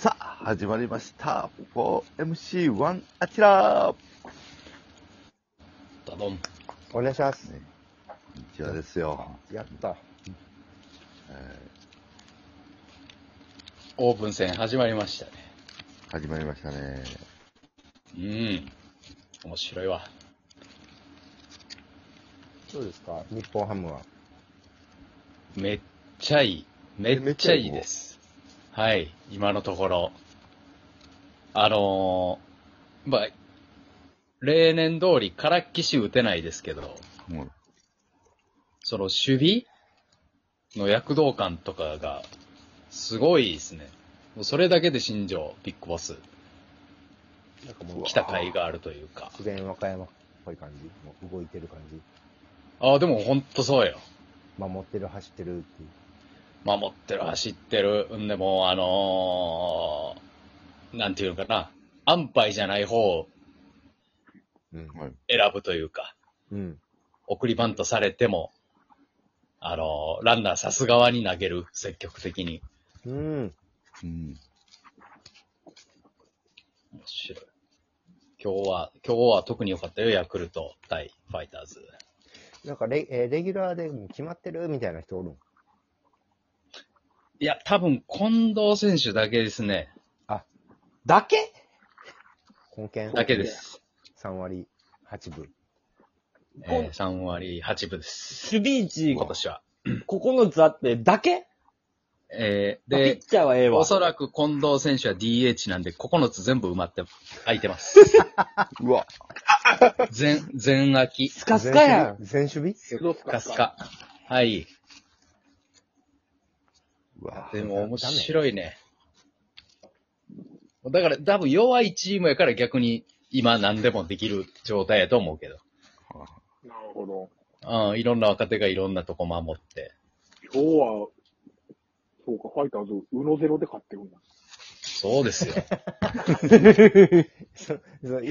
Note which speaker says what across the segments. Speaker 1: さあ、始まりました。4MC1 あちら
Speaker 2: ドドン。
Speaker 3: お願いします。
Speaker 1: こんにちはですよ。
Speaker 3: やった。
Speaker 2: オープン戦始まりましたね。
Speaker 1: 始まりましたね。
Speaker 2: うん。面白いわ。
Speaker 3: どうですか日本ハムは。
Speaker 2: めっちゃいい。めっちゃいいです。はい。今のところ。あのー、まあ、例年通り空っきし打てないですけど、
Speaker 1: もう、
Speaker 2: その守備の躍動感とかがすごいですね。もうそれだけで新庄、ビッグボス、
Speaker 3: なんかもう、
Speaker 2: 来た甲斐があるというか。
Speaker 3: 自然和歌山っぽい感じ。もう動いてる感じ。
Speaker 2: ああ、でもほんとそうよ。
Speaker 3: 守ってる、走ってるっていう。
Speaker 2: 守ってる、走ってる。んでもう、あのーなんていうのかな。安牌じゃない方を
Speaker 3: うん。
Speaker 1: はい。
Speaker 2: 選ぶというか、
Speaker 3: うん。
Speaker 2: 送りバントされても、あのーランナーさす側に投げる、積極的に。
Speaker 3: うん。
Speaker 1: うん。
Speaker 2: 面白い。今日は、今日は特に良かったよ、ヤクルト対ファイターズ。
Speaker 3: なんかレ、えーレギュラーでもう決まってるみたいな人おるん
Speaker 2: いや、多分、近藤選手だけですね。
Speaker 3: だけ本件
Speaker 2: だけです。
Speaker 3: 3割8分。
Speaker 2: えー3割8分です。
Speaker 4: 守備位置
Speaker 2: 今年は。
Speaker 4: 9つあって、だけ
Speaker 2: えー
Speaker 4: ピ
Speaker 2: で
Speaker 4: ッ、チャーはええわ
Speaker 2: お。そらく近藤選手は DH なんで、9つ全部埋まって、空いて ます。
Speaker 1: うわ、
Speaker 2: 全、全空き。
Speaker 4: スカスカやん。
Speaker 3: 全守備全守備
Speaker 2: スカスカ。はい。
Speaker 1: うわ。
Speaker 2: でも面白いね。だから多分弱いチームやから逆に今何でもできる状態やと思うけど。
Speaker 5: なるほど。
Speaker 2: うん、いろんな若手がいろんなとこ守って。
Speaker 5: 今日は、そうか、ファイターズ、うのゼロで勝ってるんだ。
Speaker 2: そうです よ。
Speaker 3: そそうい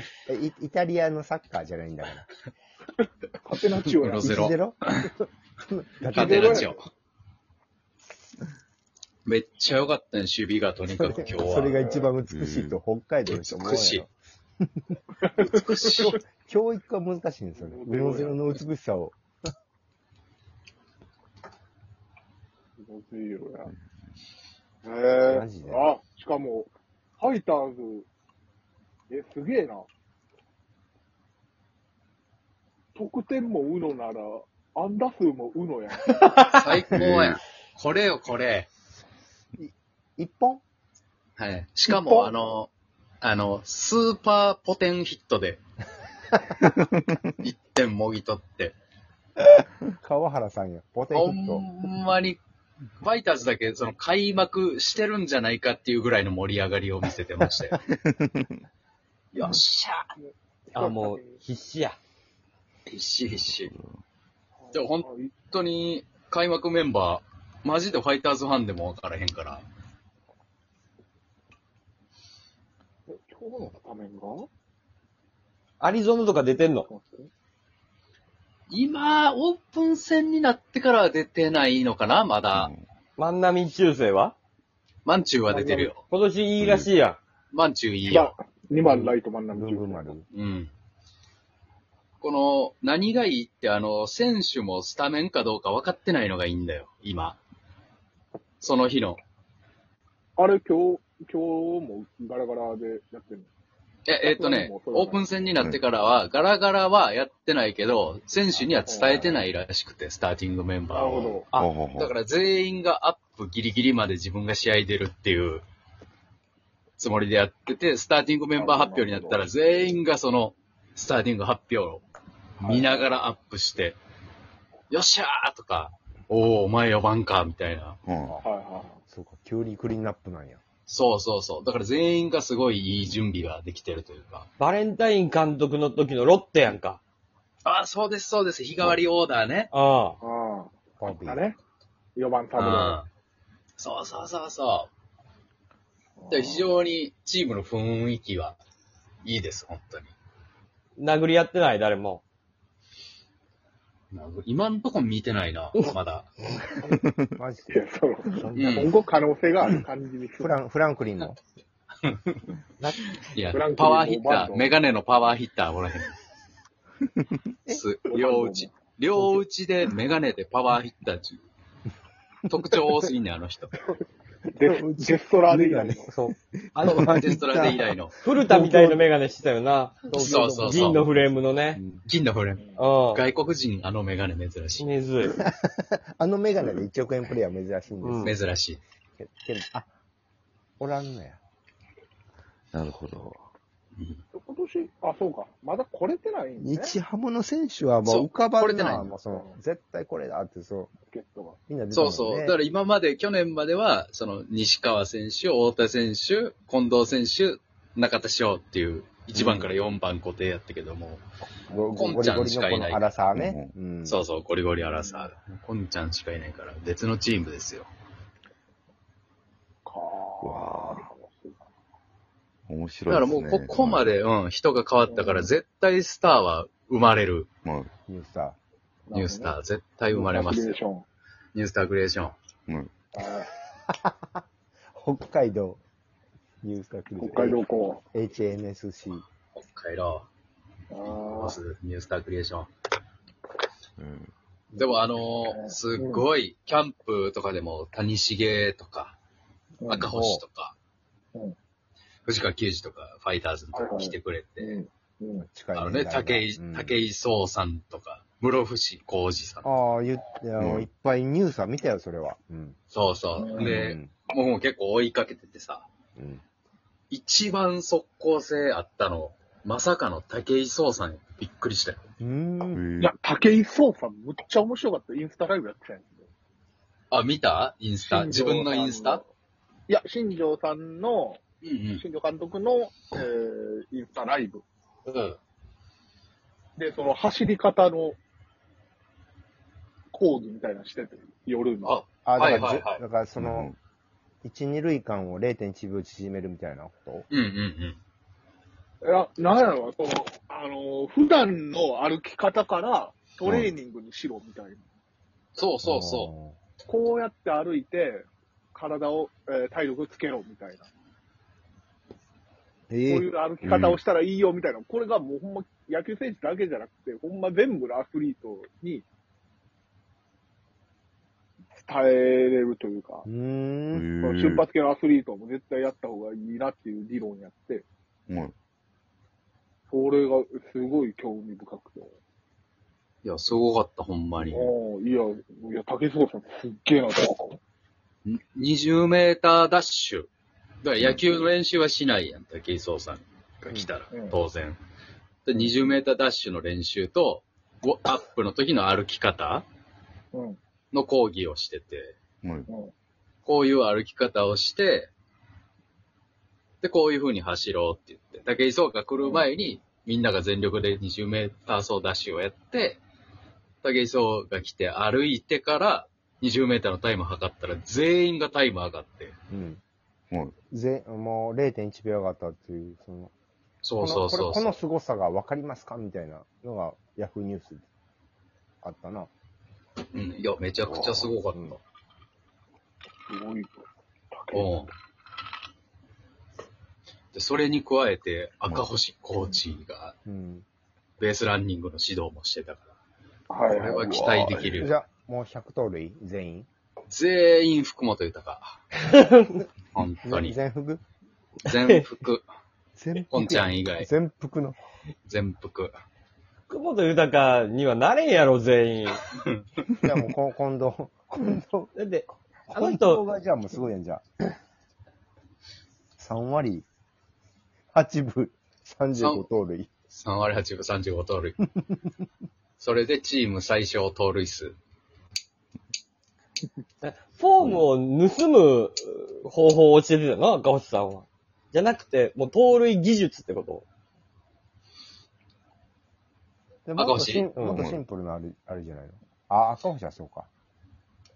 Speaker 3: いイタリアのサッカーじゃないんだから。
Speaker 5: 勝てなっちゅう
Speaker 2: う
Speaker 5: や
Speaker 2: の
Speaker 5: な。
Speaker 2: ゼロ
Speaker 3: 1-0?
Speaker 2: カテラチオ。 めっちゃ良かったね、守備がとにかく今日は。
Speaker 3: それが一番美しいと北海道の人思うや
Speaker 2: 美
Speaker 3: ろ
Speaker 2: しい 美しい。
Speaker 3: 教育が難しいんですよね。うのゼロの美しさを。
Speaker 5: うのゼロや。
Speaker 3: マ
Speaker 5: へ
Speaker 3: ジで
Speaker 5: えあ、しかも、ファイターズ、え、すげえな。得点もうのなら、安打数もうのや。
Speaker 2: 最高やん。これよ、これ。
Speaker 3: 一本
Speaker 2: はい。しか
Speaker 3: 一
Speaker 2: も、
Speaker 3: 本
Speaker 2: あの、あの、スーパーポテンヒット で、1点もぎ取って、
Speaker 3: 川原さんや。ポテヒ
Speaker 2: ほ
Speaker 3: ット。
Speaker 2: んまに、ファイターズだけ、その、開幕してるんじゃないかっていうぐらいの盛り上がりを見せてま したよ。よっしゃ
Speaker 4: あ、もう、必死や。
Speaker 2: 必死必死。本でもほん
Speaker 5: 本い
Speaker 2: 当に、開幕メンバー、マジでファイターズファンでもわからへんから、
Speaker 5: 今日のスタメンが
Speaker 4: アリゾナとか出てんの。
Speaker 2: 今、オープン戦になってからは出てないのかなまだ。
Speaker 4: 万波中世は
Speaker 2: マンチューは出てるよ。
Speaker 4: 今年いいらしいや
Speaker 2: マンチューいい
Speaker 5: ま
Speaker 2: よ
Speaker 5: あ。、2番ライト真ん中
Speaker 3: ブンブン丸。
Speaker 2: うん。この、何がいいって、あの、選手もスタメンかどうか分かってないのがいいんだよ、今。その日の。
Speaker 5: あれ、今日、今日もガラガラでやってるの
Speaker 2: え、えっとね
Speaker 5: そうも、うそう
Speaker 2: オープン戦になってからは、ガラガラはやってないけど、選手には伝えてないらしくて、スターティングメンバー
Speaker 5: なるほ
Speaker 2: を。
Speaker 5: ど。
Speaker 4: あ
Speaker 1: ほうほうほう
Speaker 2: だから全員がアップギリギリまで自分が試合出るっていうつもりでやってて、スターティングメンバー発表になったら全員がそのスターティング発表を見ながらアップして、よっしゃーとか、おー、お前4番か、みたいな。
Speaker 1: うん
Speaker 5: はいはいはい。
Speaker 3: そうか、キュウリクリーンナップなんや。
Speaker 2: そうそうそう。だから全員がすごいいい準備ができてるというか。
Speaker 4: バレンタイン監督の時のロッテやんか。
Speaker 2: あー、そうです、そうです。日替わりオーダーね。
Speaker 4: ああ。
Speaker 5: あ
Speaker 3: パー
Speaker 5: あ、
Speaker 3: ビ
Speaker 5: だ
Speaker 3: ー。
Speaker 5: ね。4番サ
Speaker 2: う
Speaker 5: ブ
Speaker 2: ん。そうそうそうそう。だから非常にチームの雰囲気はいいです、本当に。
Speaker 4: 殴り合ってない、誰も。
Speaker 2: なんか今んとこ見てないな、まだ。
Speaker 3: マジ
Speaker 5: いや
Speaker 3: で。、
Speaker 5: その、
Speaker 3: そん
Speaker 2: う
Speaker 3: なん
Speaker 5: 今後可能性がある感じにす
Speaker 3: フ
Speaker 5: る。
Speaker 3: ランフランクリンの
Speaker 2: いや
Speaker 5: フラン、クリン
Speaker 2: パワーヒッ
Speaker 5: もバ
Speaker 2: タ
Speaker 5: ンド
Speaker 2: ー、メガネのパワーヒッターおら へん。す、両打ち。両打ちでメガネでパワーヒッター中。特徴多すぎんねん、あの人。
Speaker 5: デスデストラーでいいよね。
Speaker 3: そう。
Speaker 2: あのマジストラで以来の。
Speaker 4: 古田みたいなメガネしてたよな。
Speaker 2: そうそうそ
Speaker 4: 銀の
Speaker 2: う。
Speaker 4: フレームのね。
Speaker 2: 銀のフレーム。
Speaker 4: うん。
Speaker 2: 外国人、あのメガネ珍しい。
Speaker 4: ねず
Speaker 3: あのメガネで1億円プレイヤー珍しいんです
Speaker 4: うん
Speaker 2: 珍しい。
Speaker 3: けけど、あ、おらんのや。
Speaker 1: なるほど。
Speaker 5: 今年、あ、そうか。まだ来れてないんです
Speaker 3: 日
Speaker 5: ね。
Speaker 3: ハムの選手はも
Speaker 2: そう
Speaker 3: う浮かば
Speaker 2: こ
Speaker 3: る
Speaker 2: れで
Speaker 3: な
Speaker 2: ない
Speaker 3: もうその絶対これだって、そう。
Speaker 5: ゲットが。
Speaker 3: みんな出てたも
Speaker 2: そ
Speaker 3: ん
Speaker 2: う
Speaker 3: ね
Speaker 2: そう。だから今まで、去年までは、その、西川選手、大田選手、近藤選手、中田翔っていう、1番から4番固定やったけども、
Speaker 3: ゴ
Speaker 2: こ
Speaker 3: ゴ
Speaker 2: ん
Speaker 3: ゴ
Speaker 2: ち
Speaker 3: リ
Speaker 2: ゃ
Speaker 3: ゴ
Speaker 2: ん
Speaker 3: リ
Speaker 2: し
Speaker 3: の
Speaker 2: か
Speaker 3: こ
Speaker 2: いない
Speaker 3: の荒さね。うん。
Speaker 2: そうそう、ゴリゴリアラサー。こんちゃんしかいないから、別のチームですよ。
Speaker 5: か
Speaker 1: わ面白
Speaker 2: だ
Speaker 1: い
Speaker 2: か
Speaker 1: で
Speaker 2: ら
Speaker 1: す
Speaker 2: も
Speaker 1: ね。
Speaker 2: う、ここまで、うん、人が変わったから、絶対スターは生まれる。
Speaker 1: はい。
Speaker 3: ニュースタ
Speaker 2: ニュースタ
Speaker 5: ー。
Speaker 2: ー、絶対生まれま
Speaker 5: アフィ
Speaker 2: す
Speaker 5: リエー。ション
Speaker 2: ニュースタークリエーション。
Speaker 5: はい
Speaker 3: ー。北海道。ニュースタークルーズ
Speaker 5: 北海道校。
Speaker 3: HNSC。
Speaker 2: 帰ろう。
Speaker 5: あー
Speaker 2: ボス、ニュースタークリエーション。
Speaker 1: うん
Speaker 2: でもあのーすっごい、キャンプとかでも、谷繁とか、
Speaker 5: うん
Speaker 2: 赤星とか
Speaker 5: うん、
Speaker 2: 藤川球児とか、ファイターズのとこ来てくれて、
Speaker 5: うんうん
Speaker 3: 近い
Speaker 2: あのね、
Speaker 3: だいぶ
Speaker 2: 竹井
Speaker 3: う、ん
Speaker 2: 竹井壮さんとか、室伏浩二さん。
Speaker 3: ああ、言って、あの
Speaker 1: うん
Speaker 3: いっぱいニュースは見たよ、それは。うん。
Speaker 2: そうそう。
Speaker 3: う
Speaker 2: で、
Speaker 3: ん
Speaker 2: もう結構追いかけててさ、
Speaker 3: うん
Speaker 2: 一番速攻性あったの、まさかの竹井壮さん、びっくりしたよ。
Speaker 3: うーん。
Speaker 5: い
Speaker 1: へ
Speaker 5: や、武井壮さん、むっちゃ面白かった。インスタライブやってたんや
Speaker 2: あ、見たインスタ。
Speaker 5: 新
Speaker 2: 自
Speaker 5: 庄さん
Speaker 2: 分のインスタ
Speaker 5: いや、新庄さんの、
Speaker 2: うんうん。
Speaker 5: 新庄監督の、えー、インスタライブ。
Speaker 2: うん。
Speaker 5: で、その走り方の講義みたいなのしてて、夜に。
Speaker 2: あ、
Speaker 3: あ、だから、
Speaker 2: はいはいはい
Speaker 3: じゅだからそ
Speaker 1: うん
Speaker 3: の、一、二塁間を0.1秒縮めるみたいなこ
Speaker 2: うんうんうん。
Speaker 5: いや、なんやろ、その、あの、普段の歩き方からトレーニングにしろみたいな。
Speaker 2: そう
Speaker 3: と
Speaker 2: そうそう。
Speaker 5: こうやって歩いて、体を、えー体力つけろみたいな。こ
Speaker 3: う。
Speaker 5: う
Speaker 3: ええ
Speaker 5: いう歩き方をしたらいいよみたいな。これがもうほんま野球選手だけじゃなくて、ほんま全部のアスリートに伝えれるというか
Speaker 3: う、
Speaker 1: ー
Speaker 3: ーん。
Speaker 5: その
Speaker 1: へ
Speaker 5: 瞬発系のアスリートも絶対やった方がいいなっていう理論やって、
Speaker 1: えはい
Speaker 5: それがすごい興味深くて。
Speaker 2: いや、すごかった、ほんまに。
Speaker 5: おーいや、いや、竹内さんすっげえなと思っ
Speaker 2: 20メーターダッシュ。だから野球の練習はしないやん、武井壮さんが来たら
Speaker 5: うん、
Speaker 2: 当然。で、20メーターダッシュの練習と、ごアップの時の歩き方
Speaker 5: た。うん。
Speaker 2: の講義をしてて、
Speaker 1: はい。
Speaker 2: こういう歩き方をして、で、こういう風に走ろうって言って、武井壮が来る前に、みんなが全力で20メーター走ダッシュをやって、武井壮が来て歩いてから、20メーターのタイム測ったら、全員がタイム上がって、
Speaker 3: うん。
Speaker 1: はい。
Speaker 3: ぜ、もう0.1秒上がったっていう、その、
Speaker 2: そうそうそうそう。
Speaker 3: このこれこの凄さがわかりますかみたいなのが、ヤフーニュースであったな。
Speaker 2: うん、いや、めちゃくちゃすごかった。
Speaker 3: うん
Speaker 5: すご
Speaker 2: う
Speaker 5: い。
Speaker 2: ん。で、それに加えて、赤星コーチが、
Speaker 3: うん。
Speaker 2: ベースランニングの指導もしてたから、
Speaker 5: はい
Speaker 2: これ
Speaker 5: は。
Speaker 2: はい期待でき
Speaker 3: じ
Speaker 2: る。
Speaker 3: ゃあ、もう100盗塁全員
Speaker 2: 全員福本豊。 本当に。
Speaker 3: 全幅
Speaker 2: 全福。
Speaker 3: 全
Speaker 2: こ
Speaker 3: 幅
Speaker 2: んちゃん以外、
Speaker 3: 全幅の。
Speaker 2: 全福。
Speaker 4: 久保田豊にはなれんやろ、全員。
Speaker 3: じゃあもうこ、 今度、今度。
Speaker 4: だって、あ
Speaker 3: こ
Speaker 4: の
Speaker 3: の人
Speaker 4: 人、
Speaker 3: がじゃあもうすごいやん、じゃあ。3割、8分、35盗塁。
Speaker 2: 3割8分35盗塁。それでチーム最小盗塁数。
Speaker 4: フォームを盗む方法を教えてたの、赤星さんは。じゃなくて、もう盗塁技術ってこと。
Speaker 3: でもっと
Speaker 2: 赤星
Speaker 3: シンもっとシンプルなあれあれじゃないの。あ、赤星はそうか。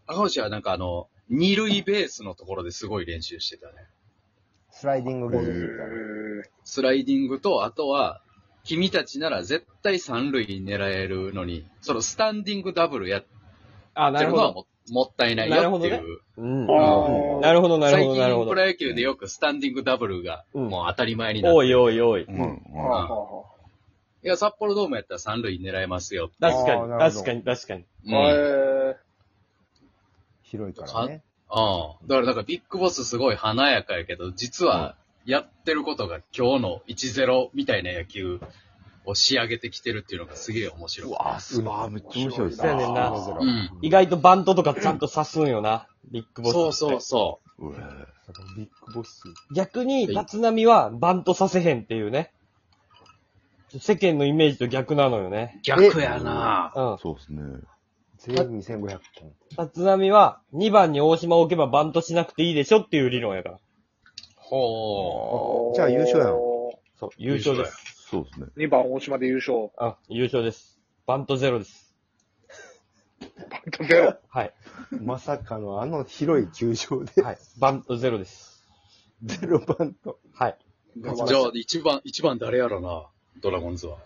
Speaker 2: 赤星はなんかあの、二塁ベースのところですごい練習してたね。
Speaker 3: スライディングルー
Speaker 5: え
Speaker 3: ル
Speaker 5: ー
Speaker 2: スライディングと、あとは、君たちなら絶対三塁狙えるのに、そのスタンディングダブルやっ
Speaker 4: あ、
Speaker 2: て
Speaker 4: なる
Speaker 2: る
Speaker 4: ほ
Speaker 2: のは
Speaker 4: ど。
Speaker 2: ももったいないよってい
Speaker 4: なる
Speaker 2: う。
Speaker 4: うん。
Speaker 5: ああ。
Speaker 4: なるほど、なる
Speaker 2: 最
Speaker 4: ほど、なるほ
Speaker 2: 近プ
Speaker 4: ど
Speaker 2: ロ。野球でよくスタンディングダブルが
Speaker 4: うん
Speaker 2: もう当たり前になって
Speaker 4: おいおいおい。
Speaker 1: うん。うん。
Speaker 5: はあは
Speaker 2: るいや、札幌ドームやったら三塁狙えますよ。
Speaker 4: 確か
Speaker 3: あー
Speaker 4: に、
Speaker 3: なるほど
Speaker 4: 確かに、確かに。
Speaker 2: う
Speaker 5: あ
Speaker 2: ん
Speaker 5: はあ。
Speaker 2: うん
Speaker 5: え
Speaker 3: 広いからね。
Speaker 2: だからなんかビッグボスすごい華やかやけど、実はやってることが今日の1-0みたいな野球を仕上げてきてるっていうのがすげえ面白
Speaker 1: う
Speaker 2: い。
Speaker 1: わぁ、すごい。めっちゃ面白いです
Speaker 4: そうやねんな
Speaker 1: あ
Speaker 3: 0-0
Speaker 2: うん
Speaker 4: 意外とバントとかちゃんと刺すんよな、ビッグボス。
Speaker 2: そうそう。そ
Speaker 1: ーうわ
Speaker 3: ビッグボス。
Speaker 4: 逆に、立浪はバントさせへんっていうね。世間のイメージと逆なのよ
Speaker 2: う
Speaker 4: ね。。
Speaker 2: 逆やな
Speaker 4: う
Speaker 1: ぁ
Speaker 4: ん。
Speaker 1: そうですね。
Speaker 3: 全員2500本。
Speaker 4: 立浪は2番に大島を置けばバントしなくていいでしょっていう理論やから。
Speaker 2: ほ
Speaker 5: ー
Speaker 3: じゃあ優勝やん。
Speaker 4: そう、優勝です。
Speaker 1: そうですね。
Speaker 5: 2番大島で優勝。
Speaker 4: あ、優勝です。バントゼロです。
Speaker 5: バントゼロ。
Speaker 4: はい。
Speaker 3: まさかのあの広い球場 で、
Speaker 4: はい。バントゼロです。
Speaker 3: ゼロバント。
Speaker 4: はい。
Speaker 2: う。じゃあ、一番、一番誰やろな、ドラゴンズは。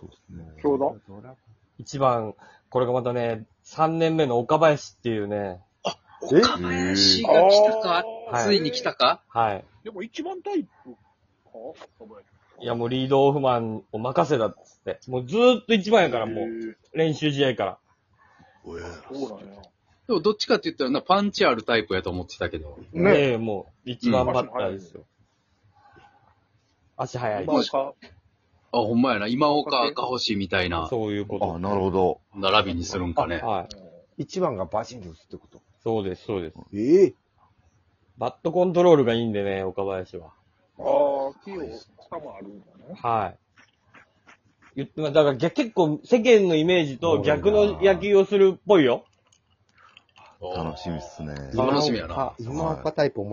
Speaker 1: そうですね。
Speaker 5: そうだ。
Speaker 4: 一番、これがまたね、3年目の岡林っていうね、
Speaker 3: え
Speaker 2: 岡林が来たか、
Speaker 4: あー
Speaker 2: ついに来たか、
Speaker 4: はい。
Speaker 5: でも一番タイプか
Speaker 4: いやもうリードオフマンを任せたっつって。もうずーっと一番やからもう、
Speaker 5: う。
Speaker 4: 練習試合から。
Speaker 1: うわ
Speaker 5: そうだね。
Speaker 2: でもどっちかって言ったらな、パンチあるタイプやと思ってたけど。
Speaker 5: ね
Speaker 4: ねえ、もう、一番バッターですよ。足速い。
Speaker 5: まあか、
Speaker 2: あ、ほんまやな。今岡赤星みたいな
Speaker 4: そういう
Speaker 1: あ、
Speaker 4: こ
Speaker 1: なるほど。
Speaker 2: 並びにするんかね
Speaker 4: と。。はい。
Speaker 3: 一番がバチンと打つってこと。
Speaker 4: そうです、そうです。
Speaker 3: ええ
Speaker 4: バットコントロールがいいんでね、岡林は。
Speaker 5: ああ、器用さもあるんだね。
Speaker 4: はい。言ってます。だから結構世間のイメージと逆の野球をするっぽいよ。
Speaker 1: 楽しみっすね。
Speaker 2: 楽しみやな
Speaker 3: あ今岡タイプ